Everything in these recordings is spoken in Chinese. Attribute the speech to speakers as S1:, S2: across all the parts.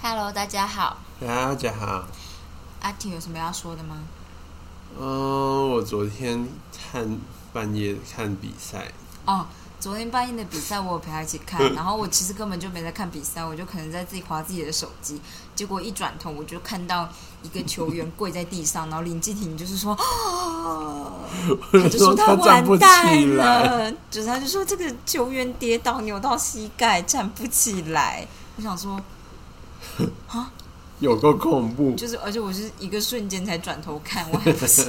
S1: Hello，大家好。
S2: 大家好，
S1: 阿婷有什么要说的吗？
S2: 嗯、我昨天看半夜看比赛，
S1: 哦，昨天半夜的比赛我有陪她一起看，然后我其实根本就没在看比赛，我就可能在自己划自己的手机。结果一转头，我就看到一个球员跪在地上，然后林继廷就是 说，啊，
S2: 我
S1: 他就说
S2: 他站不
S1: 完
S2: 起
S1: 蛋
S2: 来，
S1: 了，就是他就说这个球员跌倒扭到膝盖站不起来。我想说，
S2: 有够恐怖。
S1: 就是而且我是一个瞬间才转头看，我还不 是。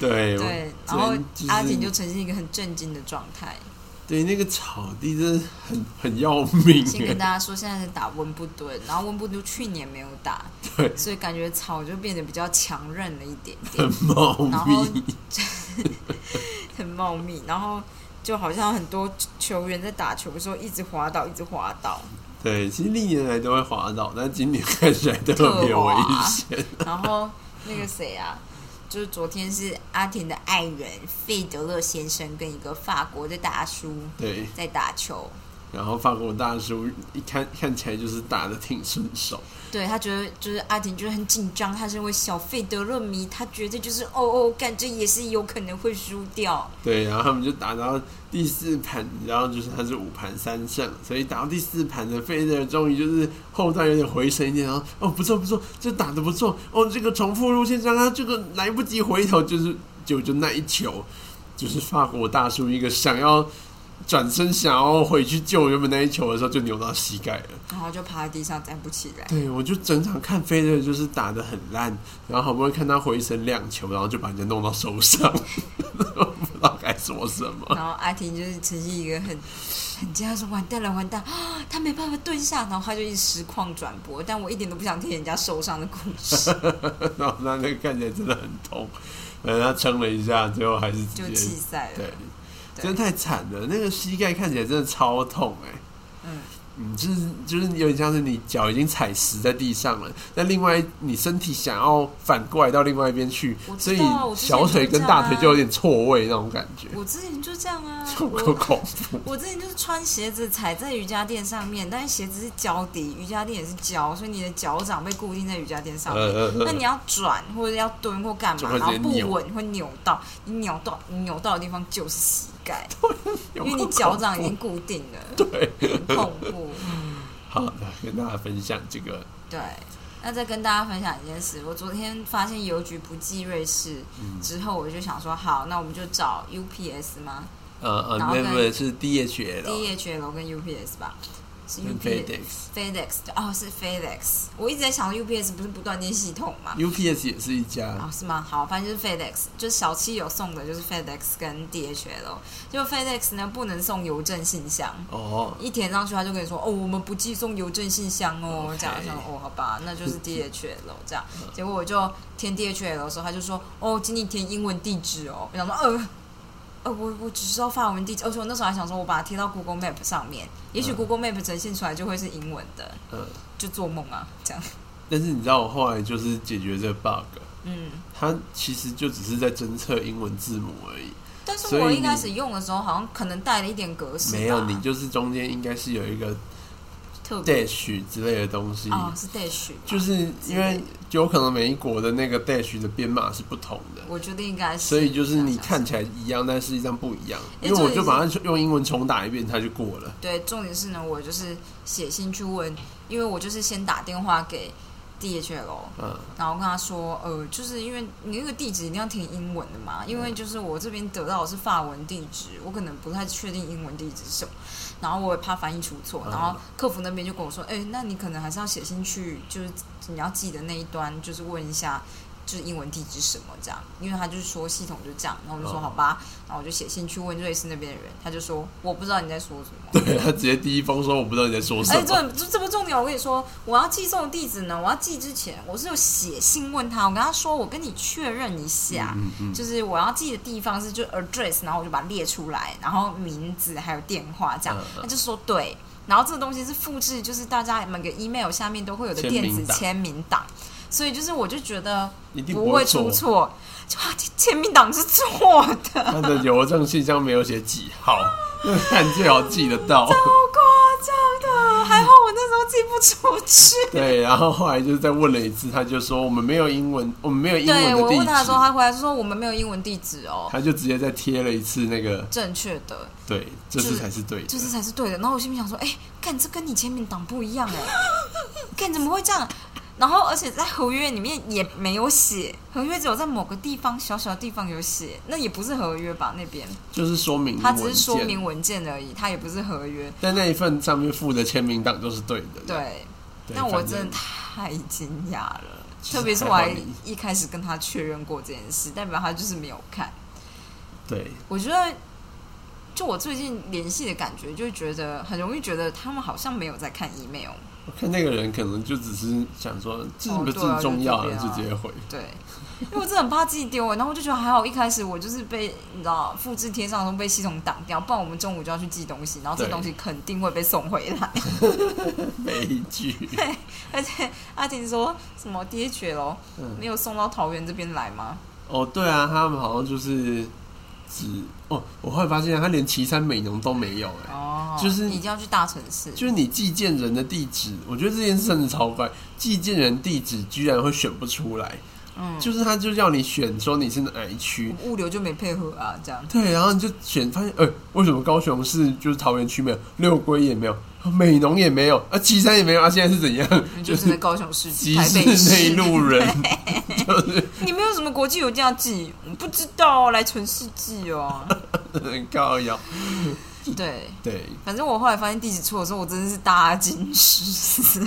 S2: 对
S1: 对，
S2: 我
S1: 然后
S2: 昨天
S1: 阿婷就是呈现一个很震惊的状态。
S2: 对那个草地真的很很要命
S1: 先跟大
S2: 哎，
S1: 家说，现在是打温布顿，然后温布顿去年没有打，
S2: 对，
S1: 所以感觉草就变得比较强韧了一点点，
S2: 很茂
S1: 然后
S2: 密。
S1: 很茂密，然后啊就好像很多球员在打球的时候一直滑倒，一直滑倒，
S2: 对，其实历年来都会滑倒，但今年看起来特别
S1: 特
S2: 危
S1: 滑
S2: 险。
S1: 然后那个谁啊，就是昨天是阿婷的爱人费德勒先生跟一个法国的大叔
S2: 对，
S1: 在打球，
S2: 然后法国大叔一看看起来就是打的挺顺手，
S1: 对他觉得就是阿婷就是很紧张，他身为小费德勒迷，他觉得就是哦哦，感觉也是有可能会输掉。
S2: 对，然后他们就打到第四盘，你知道，就是他是五盘三胜，所以打到第四盘的费德勒终于就是后段有点回神一点，然后哦不错不错，这打的不错，哦这个重复路线让他这个来不及回头，就是就就那一球，就是法国大叔一个想要转身想要回去救原本那一球的时候就扭到膝盖了。
S1: 然后就趴在地上站不起来。
S2: 对，我就整场看菲勒就是打的很烂，然后好不容易看他回神两球，然后就把人家弄到受伤， 我不知道该说什么。
S1: 然后阿婷就是呈现一个很很惊讶说完蛋了完蛋 啊，他没办法蹲下，然后他就一直实况转播，但我一点都不想听人家受伤的故 事，
S2: 然后那那个看起来真的很痛，反正他撑了一下，最后还是直
S1: 就
S2: 接
S1: 弃赛了
S2: 对。，
S1: 对
S2: 真的太惨了，那个膝盖看起来真的超痛哎、
S1: 嗯
S2: 嗯，就是就是有点像是你脚已经踩实在地上了，但另外你身体想要反过来到另外一边去
S1: 我，
S2: 所
S1: 知
S2: 以
S1: 道啊我之前
S2: 小腿
S1: 就是
S2: 跟
S1: 这样
S2: 大腿
S1: 啊
S2: 就有点错位那种感觉，
S1: 我之前就这样 啊，
S2: 就够
S1: 我
S2: 恐怖。
S1: 我之前就是穿鞋子踩在瑜伽垫上面，但是鞋子是胶底，瑜伽垫也是胶，所以你的脚掌被固定在瑜伽垫上面。
S2: 呃
S1: 那 你要转或者要蹲或干
S2: 就
S1: 嘛，
S2: 会啊
S1: 然后
S2: 直接
S1: 不
S2: 扭
S1: 稳会扭到，你扭到你扭到的地方就是膝 盖，因为你脚掌已经固定了，
S2: 对，
S1: 很恐怖。
S2: 好的，跟大家分享这个，
S1: 对，那再跟大家分享一件事，我昨天发现邮局不寄瑞士
S2: 嗯
S1: 之后，我就想说，好，那我们就找 UPS 吗
S2: 呃呃，
S1: 然后
S2: 那
S1: 跟
S2: 个是 DHL，
S1: ？DHL 跟 UPS 吧，是
S2: 啊跟
S1: UPS。
S2: FedEx。
S1: FedEx 对哦，是 FedEx。我一直在想 UPS 不是不断电系统嘛？
S2: UPS 也是一家，
S1: 哦，是吗？好，反正就是 FedEx，就是小七有送的，就是 FedEx 跟 DHL。就 FedEx 呢，不能送邮政信箱，
S2: 哦，
S1: 一填上去他就跟你说，哦，我们不寄送邮政信箱哦
S2: OK
S1: 这样我想说，哦，好吧，那就是 DHL 这样。结果我就填 DHL 的时候，他就说，哦，请你嗯填英文地址哦。我想说，呃。呃，我我只知道法文地址，而且哦我那时候还想说，我把它贴到 Google Map 上面，也许
S2: 嗯
S1: Google Map 呈现出来就会是英文的，
S2: 嗯，
S1: 就做梦啊，这样。
S2: 但是你知道我后来就是解决这个 bug，
S1: 嗯，
S2: 它其实就只是在侦测英文字母而已，
S1: 但是
S2: 所以
S1: 我
S2: 你
S1: 一开始用的时候，好像可能带了一点格式吧，
S2: 没有，你就是中间应该是有一个
S1: 特别
S2: dash 之类的东西，
S1: 哦，是 dash，吧
S2: 就是因为有可能每一国的那个 dash 的编码是不同的，
S1: 我觉得应该是，
S2: 所以就是你
S1: 想想
S2: 看起来一样，但实际上不一样。
S1: 哎
S2: 因为
S1: 这
S2: 我
S1: 个
S2: 就把它用英文重打一遍，它就过了。
S1: 对，重点是呢，我就是写信去问，因为我就是先打电话给 DHL，
S2: 嗯，
S1: 然后跟他说，呃，就是因为你那个地址一定要填英文的嘛，因
S2: 嗯
S1: 为就是我这边得到的是法文地址，我可能不太确定英文地址是什么，然后我也怕翻译出错，
S2: 嗯
S1: 然后客服那边就跟我说，哎、那你可能还是要写信去，就是你要记得那一端，就是问一下。就是英文地址什么这样，因为他就是说系统就这样，然后我就说
S2: 嗯
S1: 好吧，然后我就写信去问瑞士那边的人，他就说我不知道你在说什么，
S2: 对他直接第一封说我不知道你在说什
S1: 哎，
S2: 么，
S1: 这这这不重点，我跟你说，我要寄送地址呢，我要寄之前，我是有写信问他，我跟他说，我跟你确认一下，
S2: 嗯嗯，
S1: 就是我要寄的地方是就 address，然后我就把它列出来，然后名字还有电话这样，
S2: 嗯嗯
S1: 他就说对。然后这个东西是复制，就是大家每个 email 下面都会有的
S2: 签
S1: 电
S2: 名
S1: 子
S2: 档
S1: 签名档，所以就是我就觉得
S2: 一定
S1: 不
S2: 会
S1: 会出
S2: 错。
S1: 错，就啊签名档是错的，
S2: 他的邮政信箱没有写 几号，那看最好记得到。
S1: 好夸张的，还好我那时候记不出去。
S2: 对，然后后来就是再问了一次，他就说我们没有英文，我们没有英
S1: 对
S2: 文的
S1: 我
S2: 地
S1: 问他
S2: 址
S1: 说，，他回来说我们没有英文地址哦，
S2: 他就直接再贴了一次那个，
S1: 正确的，
S2: 对，这
S1: 就
S2: 次
S1: 是
S2: 才是对的，
S1: 这次才是对的。然后我心里想说，哎、干这跟你签名档不一 样哎、干怎么会这样？然后而且在合约里面也没有写，合约只有在某个地方小小的地方有写，那也不是合约吧？那边
S2: 就是说明
S1: 他只
S2: 文
S1: 是说
S2: 件
S1: 明文件而已，他也不是合约。
S2: 但那一份上面附的签名档都是对的。
S1: 对，
S2: 对，
S1: 但我
S2: 反正
S1: 真的太惊讶了，
S2: 其实
S1: 特别是
S2: 还
S1: 我还
S2: 好你
S1: 一开始跟他确认过这件事，代表他就是没有看。
S2: 对
S1: 我觉得，就我最近联系的感觉，就会觉得很容易觉得他们好像没有在看 email。
S2: 我看那个人可能就只是想说这
S1: 哦
S2: 不
S1: 对啊
S2: 是重要的，
S1: 就
S2: 就
S1: 这边啊
S2: 直接回。
S1: 对， 因为我真的很怕自己丢、欸，然后我就觉得还好，一开始我就是被你知道复制贴上都被系统挡掉，不然我们中午就要去寄东西，然后这
S2: 对
S1: 东西肯定会被送回 来。
S2: 悲剧，
S1: 而且阿婷说什么 DHL
S2: 嗯，
S1: 没有送到桃园这边来 吗？
S2: 哦，对啊，他们好像就是只哦，我后来发现他连岐山美浓都没有哎、
S1: 哦，
S2: 就是
S1: 你一定要去大城市，
S2: 就是你寄件人的地址，我觉得这件事真的超怪，寄件人地址居然会选不出来，
S1: 嗯，
S2: 就是他就要你选说你是哪一区，
S1: 物流就没配合啊，这样。
S2: 对，然后你就选发现，呃、为什么高雄市就是桃园区没有，六龟也没有，美浓也没有，啊，岐山也没有，啊，现在是怎样？
S1: 就
S2: 就是
S1: 在
S2: 是
S1: 高雄市、
S2: 集
S1: 台
S2: 市
S1: 北市
S2: 内路人， 就是
S1: 你没有什么国际邮件要寄？我不知道哦，来城市寄 哦。
S2: 很高腰。
S1: 对，
S2: 对，
S1: 反正我后来发现地址错的时候，我真的是大惊失 色，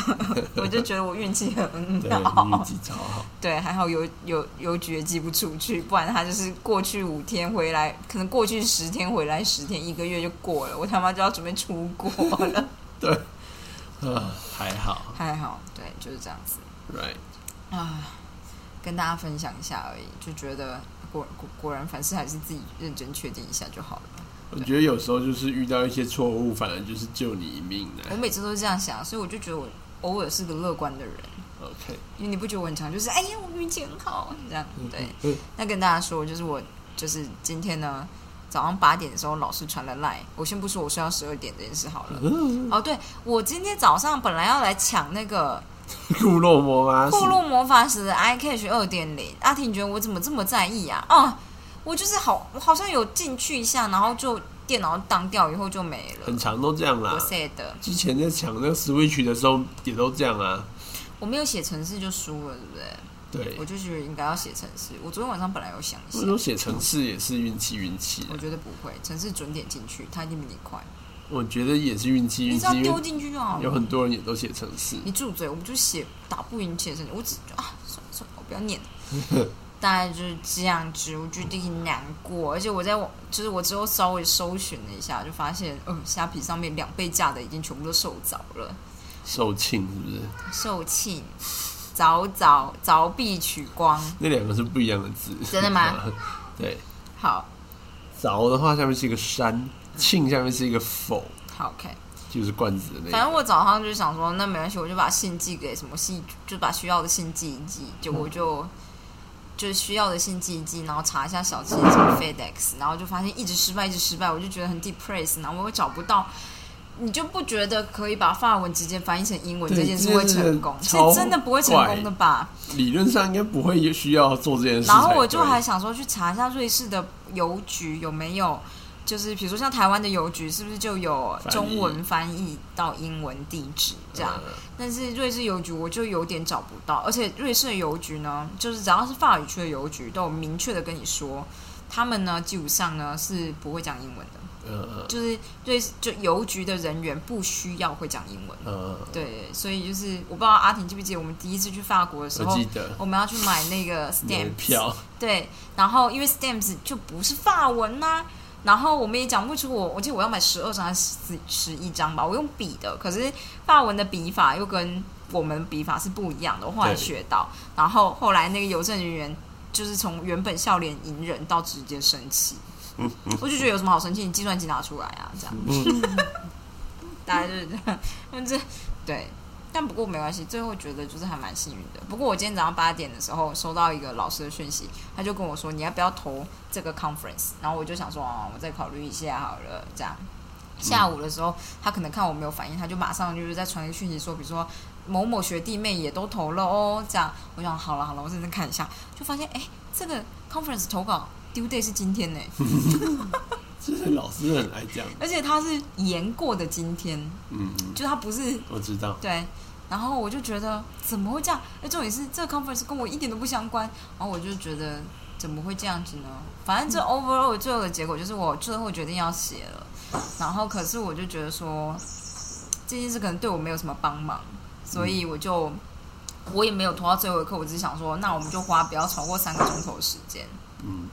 S1: 我就觉得我运气很
S2: 对，
S1: 好
S2: 运。气超好。
S1: 对，还好邮邮邮局也寄不出去，不然他就是过去五天回来，可能过去十天回来十天，一个月就过了，我他妈就要准备出国 了。
S2: 对，啊，还好
S1: 还好，对，就是这样子。
S2: ，right，
S1: 啊，跟大家分享一下而已，就觉得果果果然凡事还是自己认真确定一下就好了。
S2: 我觉得有时候就是遇到一些错误，反而就是救你一命的
S1: 我。每次都是这样想，所以我就觉得我偶尔是个乐观的人，
S2: OK，
S1: 因为你不觉得我很常就是哎呀我运气很好这样对。
S2: 嗯，
S1: 那跟大家说，就是我就是今天呢早上八点的时候，老师传了赖，我先不说我睡到十二点这件事好了。
S2: 嗯
S1: 哦，对，我今天早上本来要来抢那个
S2: 库洛魔法
S1: 库洛
S2: 使，
S1: 魔法使的 i catch 二点零，阿婷你觉得我怎么这么在意啊？哦，我就是好，我好像有进去一下，然后就电脑当掉以后就没了
S2: 很。长都这样啦
S1: 我。sad，的
S2: 之前在抢那个 Switch 的时候也都这样啊。
S1: 我没有写程式就输了，对不对？
S2: 对嗯
S1: 我，就觉得应该要写程式。我昨天晚上本来有想写
S2: 我，说写程式也是运气运气啊
S1: 我，觉得不会，程式准点进去，它一定比你快。
S2: 我觉得也是运气
S1: 你
S2: 运
S1: 只
S2: 气
S1: 要，
S2: 因
S1: 丢
S2: 为
S1: 进去就好
S2: 有
S1: 了。
S2: 很多人也都写程式。
S1: 你住嘴！我就写打不赢写程式，我只就啊，算了算了，我不要念了。 大概就是这样子，我觉得很难过。而且我在网，就是我之后稍微搜寻了一下，就发现，嗯、虾皮上面两倍价的已经全部都售早了，
S2: 售罄是不是？
S1: 售罄，早早凿壁取光。
S2: 那两个是不一样的字。
S1: 真的吗？
S2: 对，
S1: 好，
S2: 凿的话下面是一个山，庆下面是一个否，
S1: 好，OK。
S2: 就是罐子的那
S1: 反
S2: 个。
S1: 正我早上就想说，那没关系，我就把信寄给什么信，就把需要的信寄一寄，结果就、就需要的信寄一寄，然后查一下小七什么 FedEx，然后就发现一直失败，一直失败，我就觉得很 depressed，然后我又找不到。你就不觉得可以把法文直接翻译成英文
S2: 对
S1: 这件事会成功？
S2: 这
S1: 是
S2: 件事
S1: 真的不会成功的吧？
S2: 理论上应该不会需要做这件事才
S1: 然
S2: 对。
S1: 后我就还想说去查一下瑞士的邮局有没有，就是比如说像台湾的邮局是不是就有
S2: 翻译
S1: 中文翻译到英文地址这样？
S2: 嗯
S1: 但是瑞士邮局我就有点找不到，而且瑞士的邮局呢，就是只要是法语区的邮局，都有明确的跟你说，他们呢基本上呢是不会讲英文的，
S2: 呃
S1: 就是瑞士就邮局的人员不需要会讲英文。
S2: 呃，
S1: 对，所以就是我不知道阿婷记不记得我们第一次去法国的时
S2: 我
S1: 候
S2: 记，得
S1: 我们要去买那个
S2: 门
S1: stamp
S2: 票，
S1: 对，然后因为 stamps 就不是法文呐、然后我们也讲不出我，我记得我要买十二张还是十十一张吧，我用笔的，可是法文的笔法又跟我们笔法是不一样的，我后来
S2: 对
S1: 学到，然后后来那个邮政人员就是从原本笑脸隐忍到直接生气，我就觉得有什么好生气，你计算机拿出来啊，这样，大概就是这 样，反正对。但不过没关系，最后觉得就是还蛮幸运的。不过我今天早上八点的时候收到一个老师的讯息，他就跟我说你要不要投这个 conference，然后我就想说啊，我再考虑一下好了，这样。下午的时候，他可能看我没有反应，他就马上就是在传一个讯息说，比如说某某学弟妹也都投了哦，这样。我想好了好了，我认真看一下，就发现哎，这个 conference 投稿 due day 是今天呢，
S2: 就是老师很爱这样，
S1: 而且他是延过的今天，
S2: 嗯，嗯
S1: 就他不是
S2: 我知道，
S1: 对。然后我就觉得怎么会这样？而重点是这个 conference 跟我一点都不相关。然后我就觉得怎么会这样子呢？反正这 overall 最后的结果就是我最后决定要写了。然后可是我就觉得说这件事可能对我没有什么帮忙，所以我就我也没有拖到最后一刻。我只是想说，那我们就花不要超过三个钟头的时间。
S2: 嗯，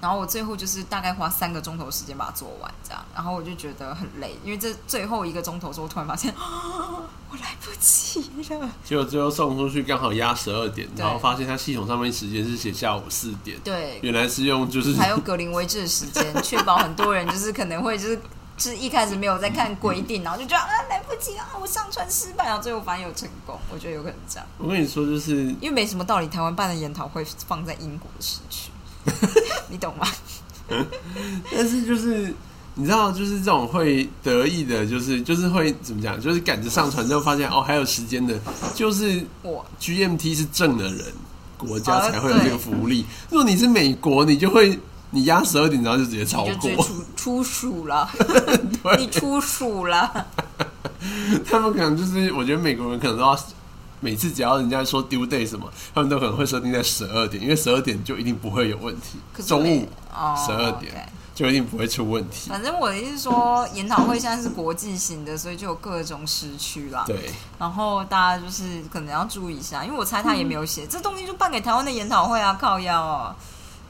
S1: 然后我最后就是大概花三个钟头时间把它做完，这样，然后我就觉得很累，因为这最后一个钟头的时候，我突然发现、 啊我来不及了。
S2: 结果最后送出去刚好压十二点，
S1: 对
S2: 然后发现它系统上面时间是写下午四点，
S1: 对，
S2: 原来是用就是
S1: 还有格林威治的时间，确保很多人就是可能会就是就是一开始没有在看规定，然后就觉得啊来不及啊，我上传失败，然后最后反而有成功，我觉得有可能这样，
S2: 我跟你说就是
S1: 因为没什么道理，台湾办的研讨会放在英国的时区，你懂吗？
S2: 但是就是你知道，就是这种会得意的，就是就是会怎么讲，就是赶着上传之后发现哦还有时间的，就是
S1: 我
S2: GMT 是正的人国家
S1: 啊
S2: 才会有这个福利。如果你是美国，你就会你压十二点，然后就直接超
S1: 你就直接
S2: 过。
S1: 出出数了，你出数了，
S2: 他们可能就是我觉得美国人可能都要。每次只要人家说 due day 什么，他们都可能会设定在十二点，因为十二点就一定不会有问题。
S1: 可是哦
S2: 中午
S1: 十
S2: 十二点就一定不会出问 题。
S1: 反正我的意思是说，研讨会现在是国际型的，所以就有各种时区啦。
S2: 对，
S1: 然后大家就是可能要注意一下，因为我猜他也没有写、这东西就办给台湾的研讨会啊，靠腰哦，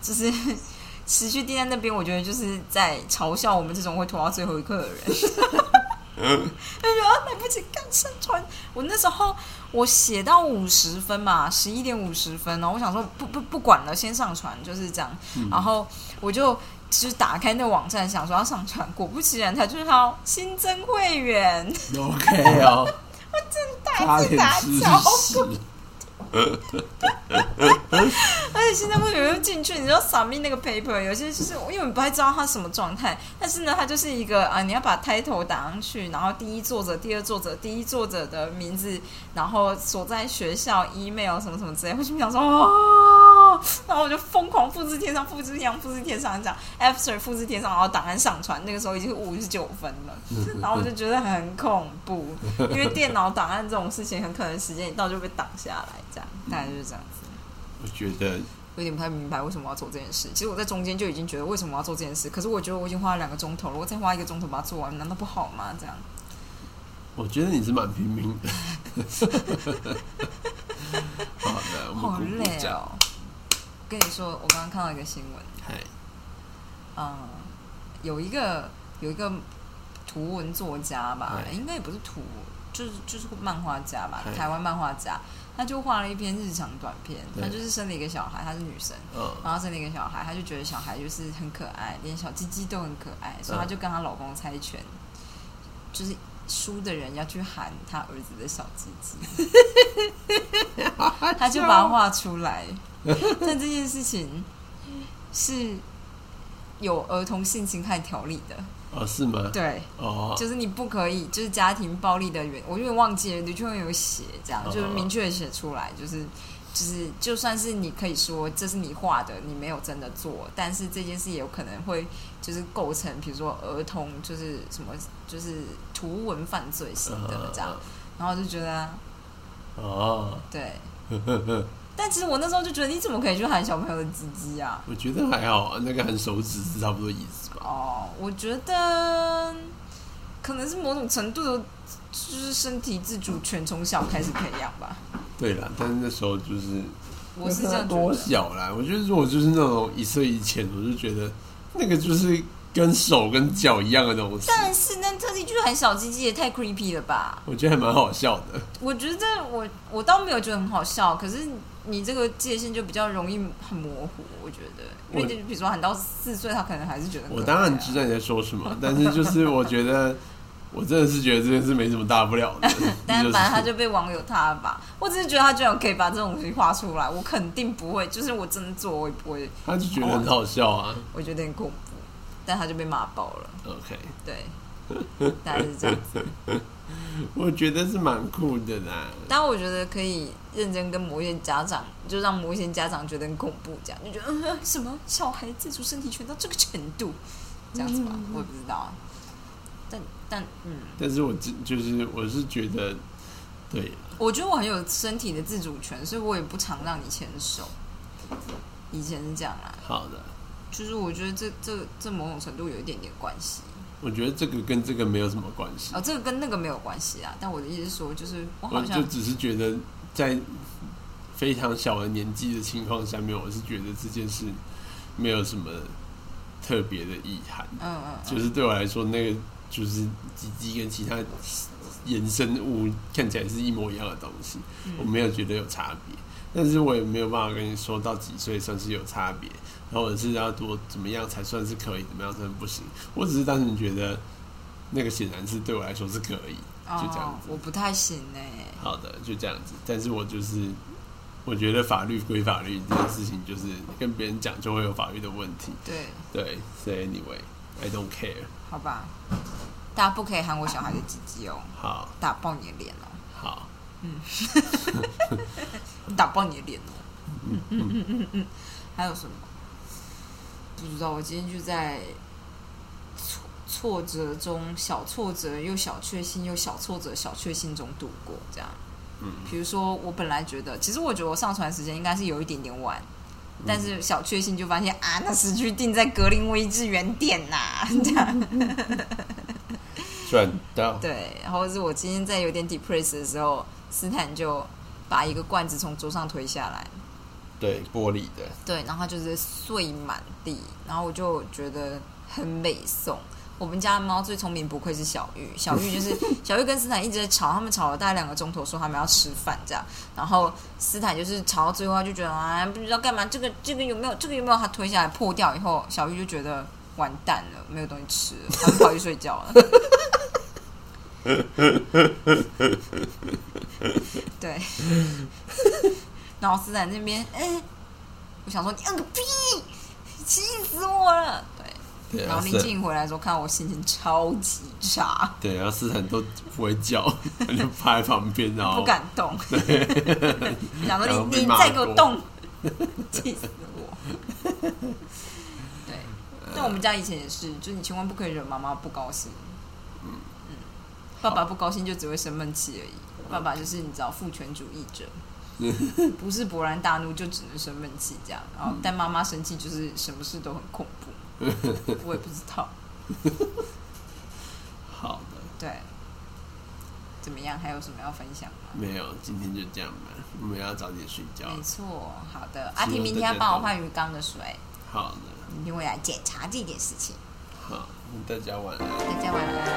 S1: 就是 持续定在那边，我觉得就是在嘲笑我们这种会拖到最后一刻的人。就觉得啊来不及干上传，我那时候我写到五十分嘛，十一点五十分，然后我想说不不不管了，先上传就是这样，然后我就。就是打开那网站，想说要上传，果不其然，它就是它哦新增会员，
S2: OK 哦，
S1: 大
S2: 八
S1: 字
S2: 点
S1: 打
S2: 四
S1: 招呼
S2: 十，
S1: 而且现在会有人进去，你知道 submit 那个 paper，有些就是因为你不太知道它什么状态，但是呢，它就是一个啊、你要把 title 打上去，然后第一作者、第二作者、第一作者的名字，然后所在学校、email 什么什么之类，我心里想说哦，然后我就疯狂复制贴上、复制贴上、复制贴上，这样 after 复制贴上，然后档案上传，那个时候已经五十九分了。然后我就觉得很恐怖，因为电脑档案这种事情，很可能时间一到就被挡下来，这样大概就是这样子。
S2: 我觉得
S1: 我有点不太明白为什么要做这件事。其实我在中间就已经觉得为什么要做这件事，可是我觉得我已经花了两个钟头了，我再花一个钟头把它做完，难道不好吗？这样
S2: 我觉得你是蛮拼命 的。好的，我们
S1: 好
S2: 鼓鼓
S1: 累
S2: 掌。
S1: 哦。跟你说，我刚刚看到一个新闻，
S2: 嗨，
S1: 嗯，有一个有一个图文作家吧，
S2: 哎
S1: 应该也不是图，就是就是漫画家吧
S2: 哎，
S1: 台湾漫画家，他就画了一篇日常短片，
S2: 对
S1: 他就是生了一个小孩，她是女生，
S2: 嗯
S1: 然后生了一个小孩，她就觉得小孩就是很可爱，连小鸡鸡都很可爱，所以她就跟她老公猜拳，就是输的人要去喊她儿子的小鸡鸡，她就把它画出来。但这件事情是有儿童性侵害条例的，
S2: 哦，是吗？
S1: 对，
S2: 哦，
S1: 就是你不可以，就是家庭暴力的原，我有点忘记了，你就有写这样，
S2: 嗯
S1: 就是明确地写出来，就是就是就算是你可以说这是你画的，你没有真的做，但是这件事也有可能会就是构成，比如说儿童就是什么就是图文犯罪型
S2: 嗯
S1: 的这样，然后我就觉得啊
S2: 哦，
S1: 对，
S2: 呵呵呵，
S1: 但其实我那时候就觉得你怎么可以去喊小朋友的鸡鸡啊？
S2: 我觉得还好，那个很手指是差不多意思吧。
S1: 哦，我觉得可能是某种程度的，就是身体自主权从小开始培养吧。
S2: 对啦，但是那时候就是
S1: 我是这样觉
S2: 多
S1: 得。
S2: 小啦，我觉得如果就是那种一岁以前，我就觉得那个就是跟手跟脚一样的东西，
S1: 但是那特地去喊小鸡鸡也太 creepy 了吧？
S2: 我觉得还蛮好笑的。
S1: 我觉得我我倒没有觉得很好笑，可是你这个界限就比较容易很模糊，我觉得，因为
S2: 我
S1: 就比如说喊到四岁，他可啊能还是觉得、
S2: 我当然知，道你在说什么，但是就是我觉得，我真的是觉得这件事没什么大不了的。
S1: 但
S2: 是
S1: 反正他就被网友踏吧。我只是觉得他居然可以把这种东西画出来，我肯定不会，就是我真的做，我也不会。
S2: 他就觉得很好笑啊。
S1: 我觉得很恐怖，但他就被骂爆了。
S2: OK，
S1: 对，大概是这样子。
S2: 我觉得是蛮酷的啦。
S1: 但我觉得可以认真跟某一些家长，就让某一些家长觉得很恐怖，这样就觉得、呃、什么小孩自主身体权到这个程度，这样子吧，我也不知道啊。但但嗯，
S2: 但是我只就是我是觉得，对，
S1: 我觉得我很有身体的自主权，所以我也不常让你牵手。以前是这样啦，
S2: 好的，
S1: 就是我觉得这这这某种程度有一点点关系。
S2: 我觉得这个跟这个没有什么关系
S1: 哦，，这个跟那个没有关系啊。但我的意思是说，就是我
S2: 我
S1: 好
S2: 哦就
S1: 像
S2: 只是觉得在非常小的年纪的情况下面，我是觉得这件事没有什么特别的意涵，
S1: 嗯嗯嗯，
S2: 就是对我来说，那个就是鸡鸡跟其他衍生物看起来是一模一样的东西，我没有觉得有差别。但是我也没有办法跟你说到几岁算是有差别，然后我是要多怎么样才算是可以，怎么样才算不行。我只是单纯觉得那个显然是对我来说是可以，就这样
S1: 哦
S2: 子，
S1: 我不太行哎、
S2: 好的，就这样子。但是我就是，我觉得法律归法律，这件事情就是跟别人讲就会有法律的问题。
S1: 对，
S2: 对，所以 anyway，I don't care。
S1: 好吧，大家不可以喊我小孩的鸡鸡哦，
S2: 好，
S1: 打爆你的脸哦，
S2: 好，
S1: 打爆你的脸哦。
S2: 嗯
S1: 还有什么？不知道，我今天就在挫挫折中，小挫折又小确幸又小挫折小确幸中度过，这样。
S2: 嗯，
S1: 比如说，我本来觉得，其实我觉得我上传时间应该是有一点点晚，
S2: 嗯
S1: 但是小确幸就发现啊，那时区定在格林威治原点呐、这样。
S2: 转到
S1: 对，然后是我今天在有点 depressed 的时候，斯坦就把一个罐子从桌上推下来，
S2: 对玻璃的，
S1: 对，然后它就是碎满地，然后我就觉得很美颂。我们家的猫最聪明，不愧是小玉。小玉就是小玉跟斯坦一直在吵，他们吵了大概两个钟头，说他们要吃饭这样。然后斯坦就是吵到最后，他就觉得啊，不知道干嘛，这个这个有没有，这个有没有？他推下来破掉以后，小玉就觉得完蛋了，没有东西吃了，他们跑去睡觉了。 对， 然后斯坦那边，哎、我想说你摁个屁，气死我了。对，
S2: 对
S1: 然
S2: 啊，
S1: 后林
S2: 是，
S1: 静回来的时候，看到我心情超级差，
S2: 对，然后斯坦都不会叫， 他就趴在旁边，然后
S1: 不敢 动。想
S2: 哦然后
S1: 说你
S2: 被
S1: 你
S2: 骂
S1: 再给我
S2: 过
S1: 动， 气死我。对，
S2: 呃
S1: 但我们家以前也是，就是你千万不可以惹妈妈不高兴。
S2: 嗯
S1: 嗯爸爸不高兴就只会生闷气而已。爸爸就是你知道父权主义 者，不是勃然大怒就只能生闷气这样。然后
S2: 嗯
S1: 但妈妈生气就是什么事都很恐怖， 我也不知道。
S2: 好的，
S1: 对，怎么样？还有什么要分享吗？
S2: 没有，今天就这样吧，我们要早点睡觉。
S1: 没错，好的。阿
S2: 希望
S1: 婷明天
S2: 大家
S1: 要帮我
S2: 都
S1: 换鱼缸的水，
S2: 好的，
S1: 明天我来检查这件事情。
S2: 好，那大家晚安。
S1: 大家晚安。